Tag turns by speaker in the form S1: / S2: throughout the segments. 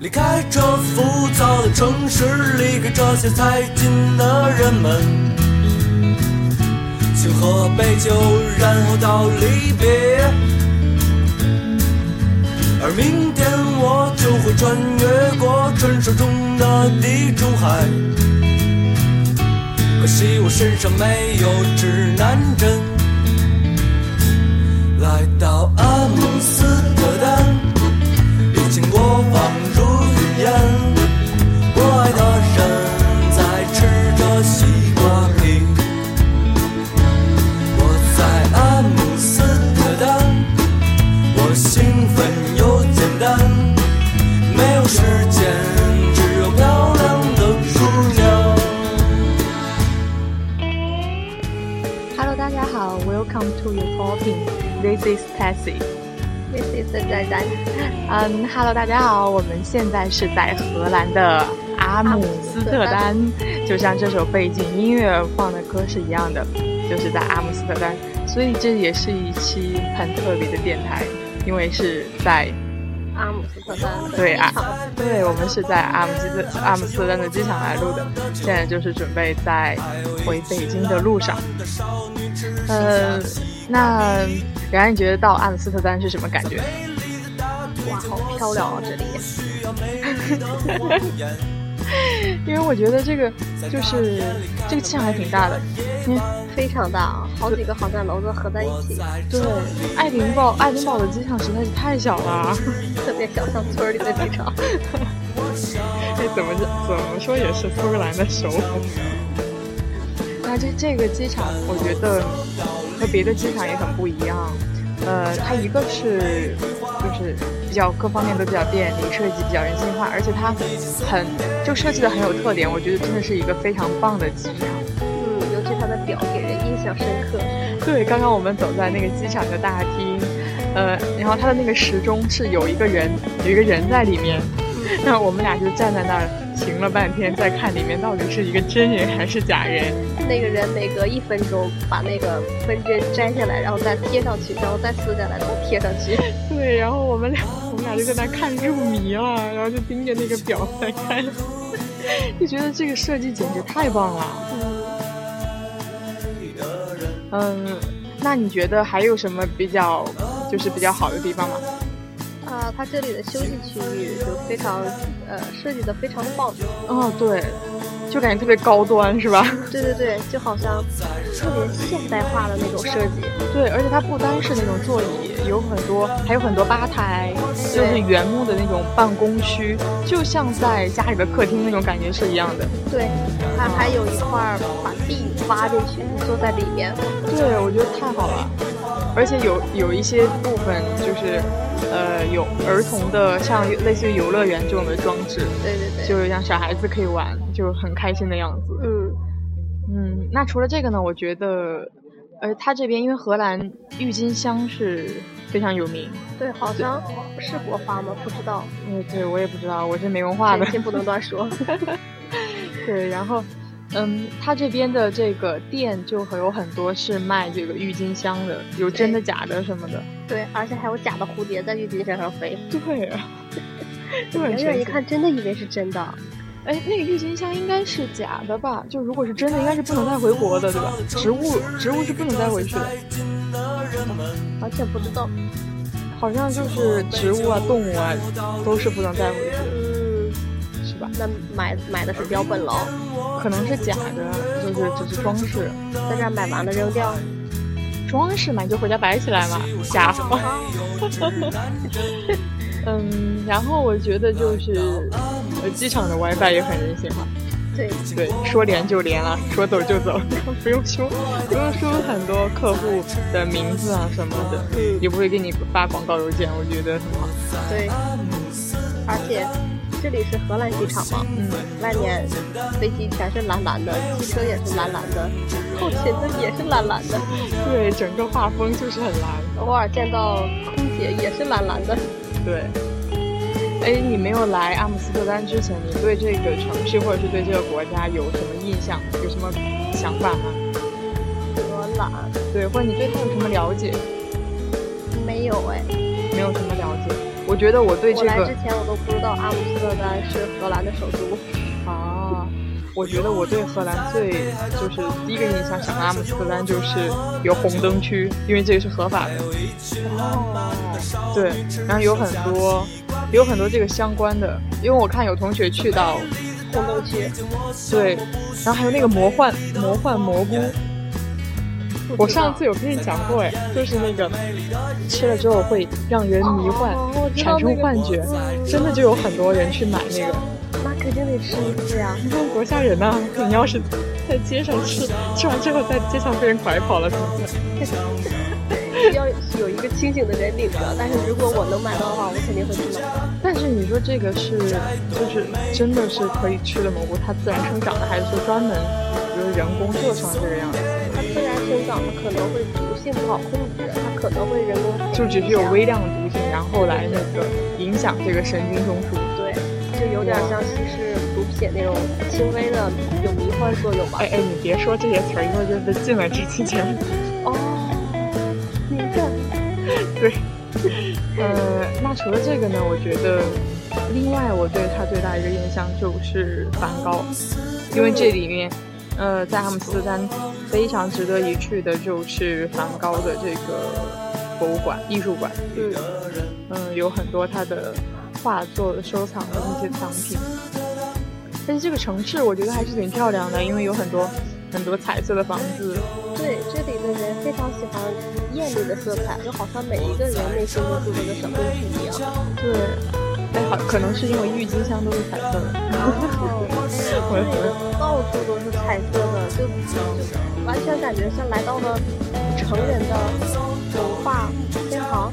S1: 离开这浮躁的城市，离开这些才近的人们。请喝杯酒，然后到离别。而明天我就会穿越过传说中的地中海。可惜我身上没有指南针。来到阿姆斯特丹，已经过往如云烟。我爱的人在吃着西瓜皮。我在阿姆斯特丹，我兴奋又简单，没有时间，只有漂亮的姑娘。
S2: Hello，大家好，Welcome to your talking. This is Patsy.
S3: This is 正在在
S2: 嗯、h e l l o 大家好，我们现在是在荷兰的阿姆斯特丹，就像这首背景音乐放的歌是一样的，就是在阿姆斯特丹，所以这也是一期很特别的电台，因为是在
S3: 阿姆斯特丹的
S2: 对
S3: 机
S2: 啊
S3: 场，
S2: 对，我们是在阿姆斯特阿姆斯特丹的机场来录的，现在就是准备在回北京的路上。呃，那然然，你觉得到阿姆斯特丹是什么感觉？
S3: 哇，好漂亮啊！这里
S2: 因为我觉得这个就是这个气场还挺大的。
S3: 非常大，好几个航站楼都合在一起，
S2: 对，爱丁堡爱丁堡的机场实在是太小了，啊
S3: 特别像像村里的机场。
S2: 这怎么怎么说也是苏格兰的首府。那这这个机场，我觉得和别的机场也很不一样。呃，它一个是就是比较各方面都比较便利，设计比较人性化，而且它很就设计的很有特点，我觉得真的是一个非常棒的机场。
S3: 嗯，尤其它的表给人印象深刻。
S2: 对，刚刚我们走在那个机场的大厅，呃，然后它的那个时钟是有一个人，有一个人在里面，那我们俩就站在那儿停了半天，在看里面到底是一个真人还是假人。
S3: 那个人每隔一分钟把那个分针摘下来，然后再贴上去，然后再撕下来，然后贴上去。
S2: 对，然后我们俩我们俩就在那看入迷了，然后就盯着那个表在 看，就觉得这个设计简直太棒了。
S3: 嗯，
S2: 嗯，那你觉得还有什么比较就是比较好的地方吗？
S3: 啊，它这里的休息区域就非常呃设计的非常棒。
S2: 哦，对，就感觉特别高端，是吧？
S3: 对对对，就好像特别现代化的那种设计。
S2: 对，而且它不单是那种座椅，有很多，还有很多吧台，就是原木的那种办公区，就像在家里的客厅那种感觉是一样的。
S3: 对，它还有一块儿把地挖进去，你坐在里面，
S2: 对，我觉得太好了，而且有有一些部分就是，呃，有儿童的像类似于游乐园这种的装置，
S3: 对对对，
S2: 就是让小孩子可以玩，就很开心的样子。
S3: 嗯，
S2: 嗯，那除了这个呢，我觉得，呃，它这边因为荷兰郁金香是非常有名。
S3: 对，好像是国花吗？不知道，
S2: 嗯，对我也不知道，我是没文化的
S3: 这。先不能 乱说。
S2: 对，然后，嗯，他这边的这个店就会有很多是卖这个郁金香的，有真的假的什么 的。
S3: 对，而且还有假的蝴蝶在郁金香上飞，
S2: 对啊，就很
S3: 远
S2: 神
S3: 远一
S2: 奇。
S3: 看真的以为是真的。
S2: 哎，那个郁金香应该是假的吧？就如果是真的，应该是不能带回国的，对吧？植物植物是不能带回去的，
S3: 而且不知道，
S2: 好像就是植物啊、动物啊都是不能带回去的，
S3: 嗯，
S2: 是吧？
S3: 那买买的是标本了，
S2: 可能是假的，就是只是装饰，
S3: 在这儿买完了扔掉。
S2: 装饰嘛，你就回家摆起来嘛，假花。 嗯，然后我觉得就是，呃，机场的 WiFi 也很人性化，
S3: 对，
S2: 对，说连就连了，说走就走， 不用说，不用说很多客户的名字啊什么的，也不会给你发广告邮件，我觉得很好。
S3: 对，而且这里是荷兰机场嘛，
S2: 嗯，
S3: 外面飞机全是蓝蓝的，汽车也是蓝蓝的，后勤的也是蓝蓝的，
S2: 嗯对，整个画风就是很蓝，
S3: 偶尔见到空姐也是蓝蓝的。
S2: 对。哎，你没有来阿姆斯特丹之前，你对这个城市或者是对这个国家有什么印象，有什么想法吗？
S3: 荷兰
S2: 对，或者你对它有什么了解？
S3: 没有哎，
S2: 没有什么了解。我觉得我对这
S3: 我来
S2: 个
S3: 之前我都不知道阿姆斯特丹是荷兰的首都。
S2: 啊，我觉得我对荷兰最就是第一个印象想到阿姆斯特丹就是有红灯区，因为这个是合法的。
S3: 哦，
S2: 对，然后有很多有很多这个相关的，因为我看有同学去到
S3: 红灯区，
S2: 对，然后还有那个魔幻魔幻蘑菇，我上次有跟你讲过哎，就是那个吃了之后会让人迷幻，
S3: 哦我知道
S2: 产生
S3: 那个
S2: 幻觉，真的就有很多人去买那个。
S3: 那肯定得吃一次呀。
S2: 你看多吓人呐、你要是在街上吃，吃完之后在街上被人拐跑了怎么办？
S3: 需要有一个清醒的人领着，但是如果我能买到的话，我肯定会去买。
S2: 但是你说这个是就是真的是可以吃的蘑菇，它自然生长的，还是说专门比如人工做成这个样子？
S3: 它自然生长的可能会毒性不好控制，它啊可能会人工
S2: 就只是有微量的毒性，然后来那个影响这个神经中枢。
S3: 对，就有点像稀释毒品那种轻微的有迷幻作用吧。
S2: 哎哎，你别说这些词儿，一会儿就被进了这期节目。
S3: 哦，你看，
S2: 对，呃，那除了这个呢，我觉得另外我对他最大一个印象就是梵高，因为这里面，呃，在阿姆斯特丹非常值得一去的就是梵高的这个博物馆、艺术馆，
S3: 嗯，
S2: 嗯、有很多他的画作的收藏的那些藏品。但是这个城市我觉得还是挺漂亮的，因为有很多很多彩色的房子，
S3: 对，这里的人非常喜欢艳丽的色彩，就好像每一个人内心都住着个小公主一样。
S2: 对，哎，好，可能是因为郁金香都是彩色的。
S3: 这里的到处都是彩色的，就就完全感觉像来到了成人的童话天堂、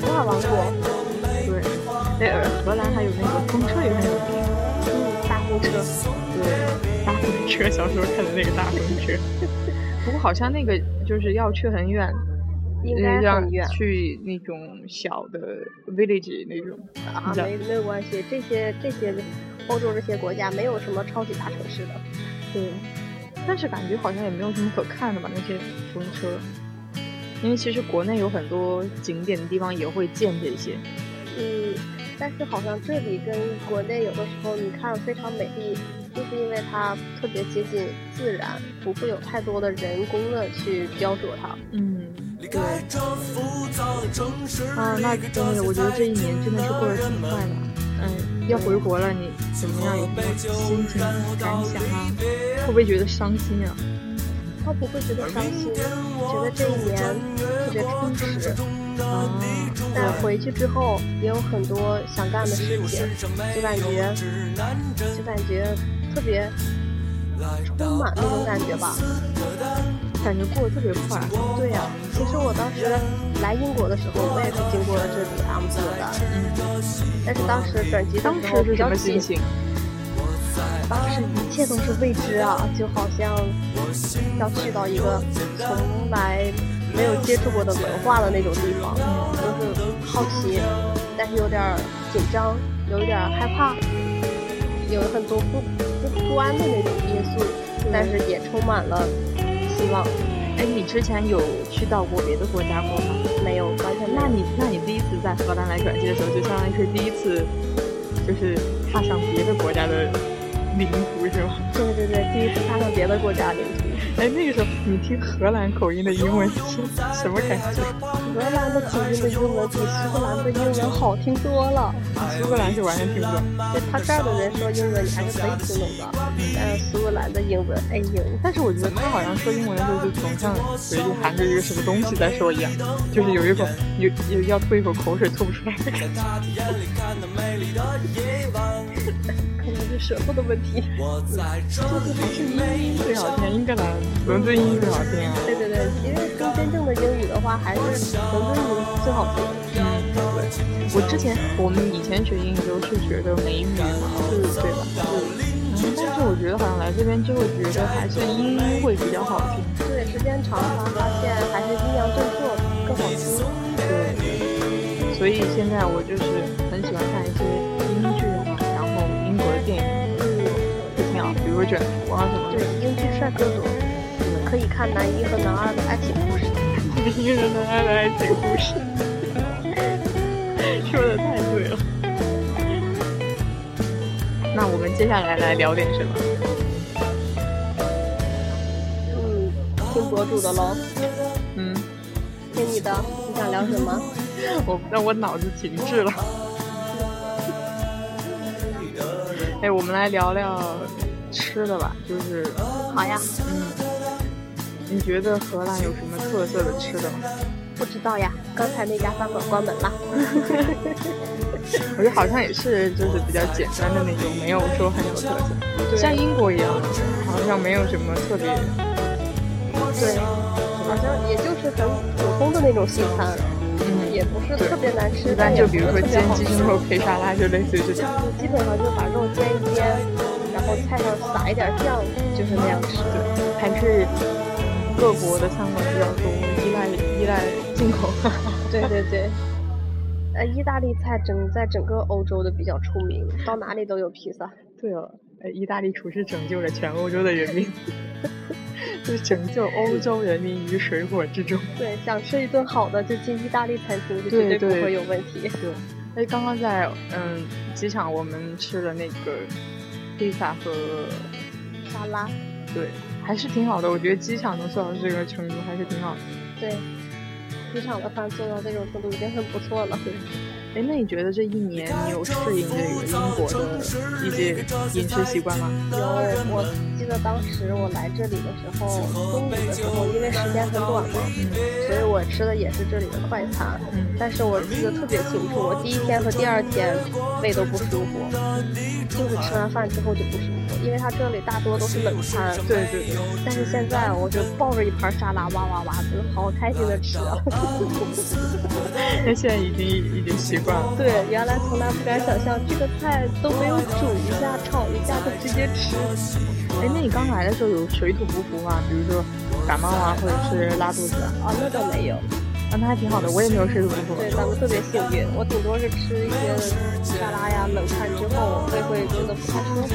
S3: 童话王国。
S2: 对，哎，荷兰还有那个风车也很有名。
S3: 嗯，大风车。
S2: 对，大风车，小时候看的那个大风车。 不过好像那个就是要去很远，
S3: 应该
S2: 要
S3: 很远
S2: 去那种小的 village 那种。
S3: 啊，
S2: 你
S3: 没没有关系，这些这些欧洲这些国家没有什么超级大城市的。嗯
S2: 对，但是感觉好像也没有什么可看的吧，那些风车。因为其实国内有很多景点的地方也会建这些。
S3: 嗯，但是好像这里跟国内有的时候你看非常美丽，就是因为它特别接近自然，不会有太多的人工的去雕琢它。
S2: 嗯，对。啊，那真的，我觉得这一年真的是过得挺快的。嗯，要回国了，你怎么样？有什么心情感想啊？会不会觉得伤心啊？
S3: 他不会觉得伤心，觉得这一年特别充实。
S2: 啊，
S3: 但回去之后也有很多想干的事情，就感觉就感觉特别充满那种感觉吧。
S2: 感觉过得特别快。
S3: 对呀、其实我当时来英国的时候，我也是经过了这里阿姆斯特丹，但是当时转机的
S2: 当
S3: 时候
S2: 时
S3: 比
S2: 是什
S3: 较
S2: 么心
S3: 紧，
S2: 情？
S3: 当时一切都是未知啊，就好像要去到一个从来没有接触过的文化的那种地方，就是好奇，但是有点儿紧张，有一点儿害怕，有很多不不不安的那种因素，但是也充满了希望。
S2: 哎，你之前有去到过别的国家过吗？
S3: 没有，完全没有
S2: 那。你那你第一次在荷兰来转机的时候，就相当于是第一次，就是踏上别的国家的领土，是吗？
S3: 对对对，第一次踏上别的国家领土，
S2: 哎，那个时候你听荷兰口音的英文是什么感觉？
S3: 荷兰的口音的英文比苏格兰的英文好听多了。
S2: 苏格兰是完全听不懂。
S3: 对他这儿的人说英文，你还是可以听懂的。但是苏格兰的英文，哎呦，
S2: 但是我觉得他好像说英文的时候，就总像嘴里含着一个什么东西在说一样，就是有一口有有要吐一口口水吐不出来的感觉。
S3: 可能是舌头的问题。
S2: 就是还是英音最好听，英格兰伦敦音最好听啊。
S3: 对对对，因为听真正的英语的话，还是伦敦语最好听。
S2: 我之前我们以前学英语都是学的美语嘛，对对吧？嗯，但是我觉得好像来这边之后，觉得还是英音会比较好听。
S3: 对，时间长了发现还是阴阳顿挫更好听。
S2: 对，所以现在我就是很喜欢看一些英剧啊，然后英国的电影
S3: 嗯，
S2: 就挺好，比如说《卷福》啊什么
S3: 对
S2: 的。，
S3: 英剧帅哥多，可以看男一和男二的爱情故事。
S2: 一个人的爱的爱情故事。说的太对了。那我们接下来来聊点什么？
S3: 嗯，听博主的喽，
S2: 嗯，
S3: 听你的，你想聊什么？
S2: 我让我脑子停滞了。 哎，我们来聊聊吃的吧，就是
S3: 好呀，
S2: 嗯，你觉得荷兰有什么特色的吃的吗？
S3: 不知道呀，刚才那家饭馆关门了。
S2: 我觉得好像也是，就是比较简单的那种，没有说很有特色。像英国一样，好像没有什么特别。
S3: 对，好像也就是很普通的那种西餐，
S2: 嗯，
S3: 也不是
S2: 对
S3: 特别难吃，
S2: 一
S3: 但
S2: 般
S3: 也
S2: 就
S3: 不
S2: 比如
S3: 是
S2: 说
S3: 特别
S2: 煎
S3: 好
S2: 鸡
S3: 吃。
S2: 胸肉配沙拉，就类似于这种。
S3: 基本上就把肉煎一煎，然后菜上撒一点酱，就是那样吃。
S2: 对，还是各国的餐馆比较多，依赖依赖进口。
S3: 对对对。呃，意大利菜整在整个欧洲的比较出名，到哪里都有披萨。
S2: 对哦，哎，意大利厨师拯救了全欧洲的人民，就拯救欧洲人民于水火之中。
S3: 对，想吃一顿好的就进意大利餐厅，就绝
S2: 对
S3: 对不
S2: 对
S3: 会有问题。
S2: 对，哎，刚刚在嗯机场我们吃了那个披萨和
S3: 沙拉，
S2: 对，还是挺好的。我觉得机场能做到这个程度还是挺好的。
S3: 对，机场的饭做到这种程度已经很不错了。
S2: 哎，那你觉得这一年你有适应这个英国的一些饮食习惯
S1: 嗯
S2: 吗？
S3: 有，我记得当时我来这里的时候，中午的时候，因为时间很短嘛，所以我吃的也是这里的快餐。
S2: 嗯
S3: 但是我记得特别清楚，我第一天和第二天胃都不舒服，就是吃完饭之后就不舒服，因为它这里大多都是冷餐。
S2: 对对对，
S3: 但是现在我就抱着一盘沙拉，哇哇哇，就好开心的吃啊！
S2: 那现在已经已经习惯了。
S3: 对，原来从来不敢想象这个菜都没有煮一下、炒一下就直接吃。
S2: 哎，那你刚来的时候有水土不服吗？比如说感冒啊，或者是拉肚子啊？
S3: 啊，那倒没有。
S2: 啊，那还挺好的，我也没有水土不服。
S3: 对，咱们特别幸运，我顶多是吃一些沙拉呀、冷饭之后，胃会觉得不太舒服。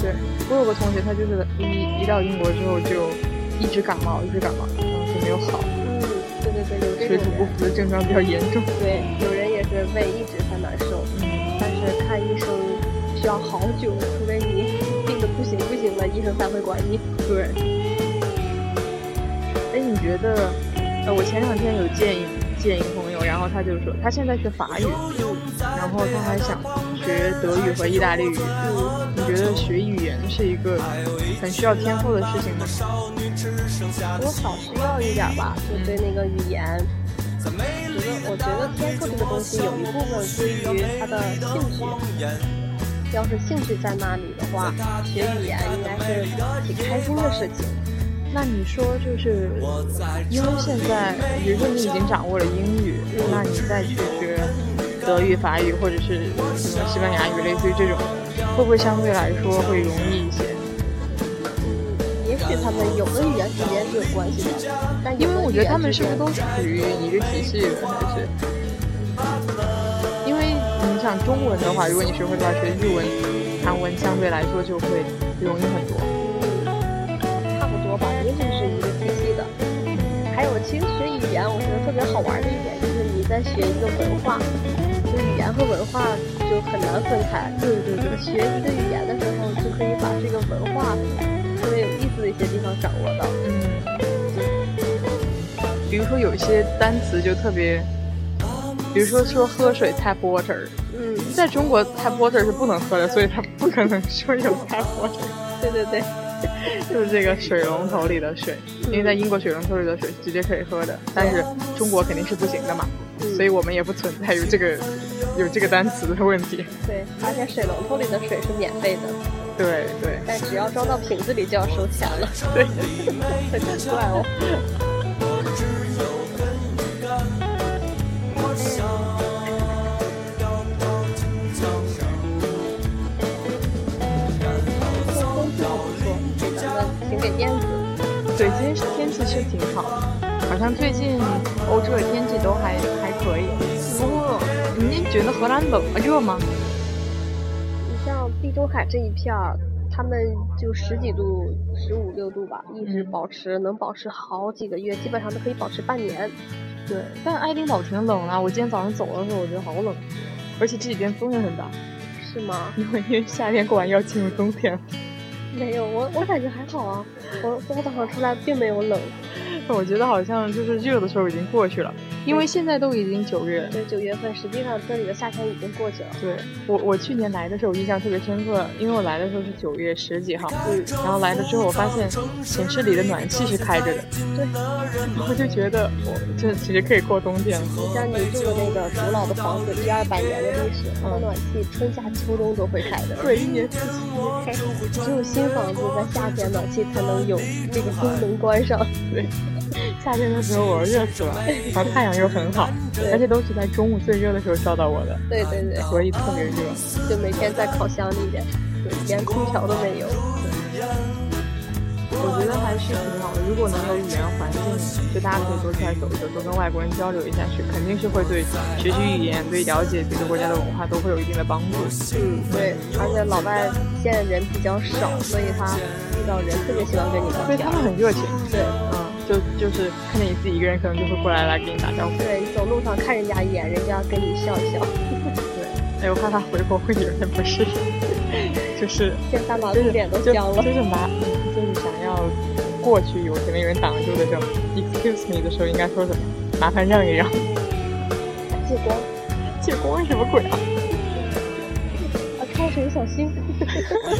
S2: 对，我有个同学，他就是一一到英国之后就一直感冒，一直感冒，然后就没有好，
S3: 嗯，对对对，有这
S2: 水
S3: 种
S2: 土不服
S3: 人。
S2: 的症状比较严重。
S3: 对，有人也是胃一直很难受，但是看医生需要好久，除非你病的不行不行了，医生才会管你。
S2: 对。哎，你觉得？呃，我前两天有见一见一个朋友，然后他就说他现在学法语，然后他还想学德语和意大利语。
S3: 嗯，
S2: 你觉得学语言是一个很需要天赋的事情吗？
S3: 多少需要一点儿吧，就对那个语言。觉得我觉得天赋这个东西有一部分归于他的兴趣，要是兴趣在那里的话，学语言应该是挺开心的事情。
S2: 那你说就是，因为现在，比如说你已经掌握了英语，那你再去学德语、法语或者是什么西班牙语，类似于这种，会不会相对来说会容易一些？
S3: 也许他们有的语言之间是有关系的，但
S2: 因
S3: 有
S2: 为
S3: 的
S2: 我
S3: 语
S2: 觉得
S3: 言
S2: 他们
S3: 之
S2: 是不是
S3: 间
S2: 都属于一个体系的，还是？因为你想中文的话，如果你学会的话，学日文、韩文相对来说就会容易很多。
S3: 差不多吧，也许是一个体系的。还有，其实学语言，我觉得特别好玩的一点就是你在学一个文化，就语言和文化就很难分开。对对对，学一个语言的时候，就可以把这个文化特别有意思的一些地方掌握到。
S2: 比如说有一些单词就特别，比如说说喝水 tap water，
S3: 嗯，
S2: 在中国 tap water 是不能喝的，所以它不可能说有 tap water，
S3: 对对对，
S2: 就是这个水龙头里的水，因为在英国水龙头里的水直接可以喝的，但是中国肯定是不行的嘛，
S3: 嗯
S2: 所以我们也不存在有这个有这个单词的问题。
S3: 对，而且水龙头里的水是免费的，
S2: 对对，
S3: 但只要装到瓶子里就要收钱了。
S2: 对，
S3: 很奇怪哦。这风气还不错，给咱们挺给面子。
S2: 对，今天是天气是挺好的，好像最近欧洲的天气都还还可以。不过，你觉得荷兰冷吗？热吗？
S3: 你像地中海这一片儿，他们就十几度、十五六度吧，一直
S2: 嗯
S3: 保持，能保持好几个月，基本上都可以保持半年。
S2: 对，但爱丁堡挺冷啊，我今天早上走的时候我觉得好冷，而且这几天风也很大，
S3: 是吗？
S2: 因为因为夏天过完要进入冬天了。
S3: 没有，我我感觉还好啊，我我早上出来并没有冷，
S2: 我觉得好像就是热的时候已经过去了，因为现在都已经九月。
S3: 对，九月份实际上这里的夏天已经过去了。
S2: 对我，我去年来的时候印象特别深刻，因为我来的时候是九月十几号，
S3: 嗯
S2: 然后来了之后我发现寝室里的暖气是开着的，
S3: 对，
S2: 我 就觉得我这其实可以过冬天了。
S3: 像你住的那个古老的房子，一二百年的历史，它的暖气春夏秋冬都会开的。
S2: 对，一年四季。
S3: 只有新房子在夏天暖气才能有这个功能关上。
S2: 对，夏天的时候我热死了，然后太阳又很好，而且都是在中午最热的时候照到我的，
S3: 对对对，
S2: 所以特别热。
S3: 就每天在烤箱里面，对连空调都没有。
S2: 我觉得还是挺好的，如果能有语言环境，就大家可以多出来走一走，多跟外国人交流一下去，肯定是会对学习语言、对了解别的国家的文化都会有一定的帮助。
S3: 嗯，对，而且老外现在人比较少，所以他遇到人特别喜欢跟你
S2: 所
S3: 聊
S2: 以他
S3: 天。
S2: 们很热情，
S3: 对
S2: 嗯，就就是看见你自己一个人，可能就会过来来给你打招呼。
S3: 对，走路上看人家一眼，人家跟你笑一笑。
S2: 哎，我怕他回国会有点不适应，就是
S3: 这三马
S2: 就
S3: 路
S2: 是
S3: 脸都
S2: 就
S3: 僵了。
S2: 就是拿就是想要过去，有可能有人挡住的时候，excuse me 的时候应该说什么？麻烦让一让，
S3: 借光
S2: 借光什么鬼啊？
S3: 啊，开水 小心。
S2: 就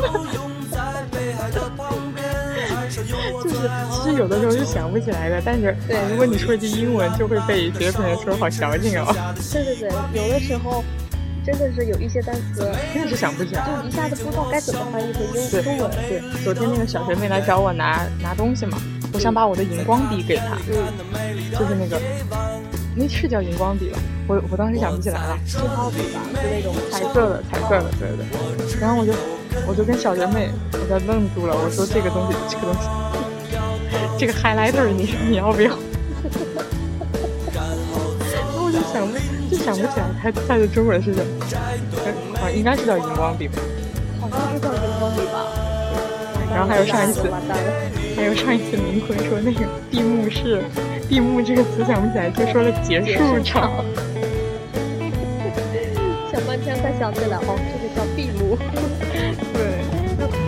S2: 是其实有的时候是想不起来的，但是
S3: 对
S2: 如果你说一句英文，就会被别的同学说好矫情哦，
S3: 对对对，有的时候真的是有一些单词，
S2: 真的是想不起来。
S3: 就一下子不知道该怎么翻译成
S2: 对
S3: 英中文。
S2: 对，昨天那个小学妹来找我拿拿东西嘛，我想把我的荧光笔给她，就是那个，那是叫荧光笔吧？我我当时想不起来了，
S3: 是好笔吧，就那种
S2: 彩色的，彩色的，对对。然后我就我就跟小学妹，我就愣住了，我说这个东西，这个东西，这个 highlighter 你你要不要？ 然后我就想不就想不起来它它的中文是什么，哎啊，应该是叫荧光笔吧。
S3: 好像是叫荧光笔吧。
S2: 然后还有上一次
S3: 完蛋了，
S2: 还有上一次明坤说那个闭幕式，闭幕这个词想不起来，就说了结束场。
S3: 想半天才想起来，哦，这个叫闭幕。
S2: 对，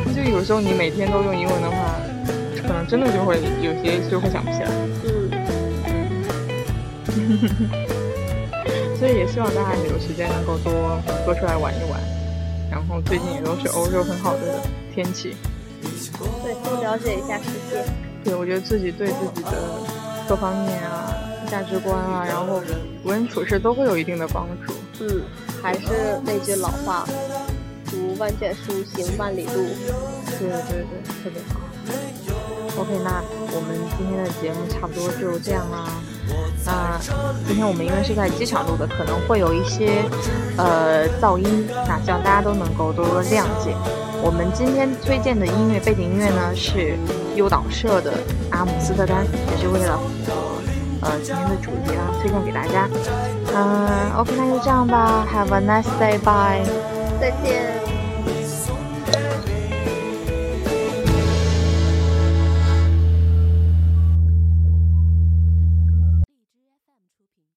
S2: 那就有时候你每天都用英文的话，可能真的就会有些就会想不起来。
S3: 嗯，
S2: 所以也希望大家有时间能够多多出来玩一玩。然后最近也都是欧洲很好的天气，
S3: 对，多了解一下世界。
S2: 对我觉得自己对自己的各方面啊、价值观啊，然后为人处事都会有一定的帮助。
S3: 嗯，还是那句老话，读万卷书，行万里路。
S2: 对对对，特别好。OK，那我们今天的节目差不多就这样啦。那今天我们因为是在机场录的，可能会有一些呃噪音，那希望大家都能够多多谅解。我们今天推荐的音乐背景音乐呢是优导社的《阿姆斯特丹》，也是为了符合呃今天的主题啦，推荐给大家。嗯、o k 那就这样吧，Have a nice day，bye。
S3: 再见。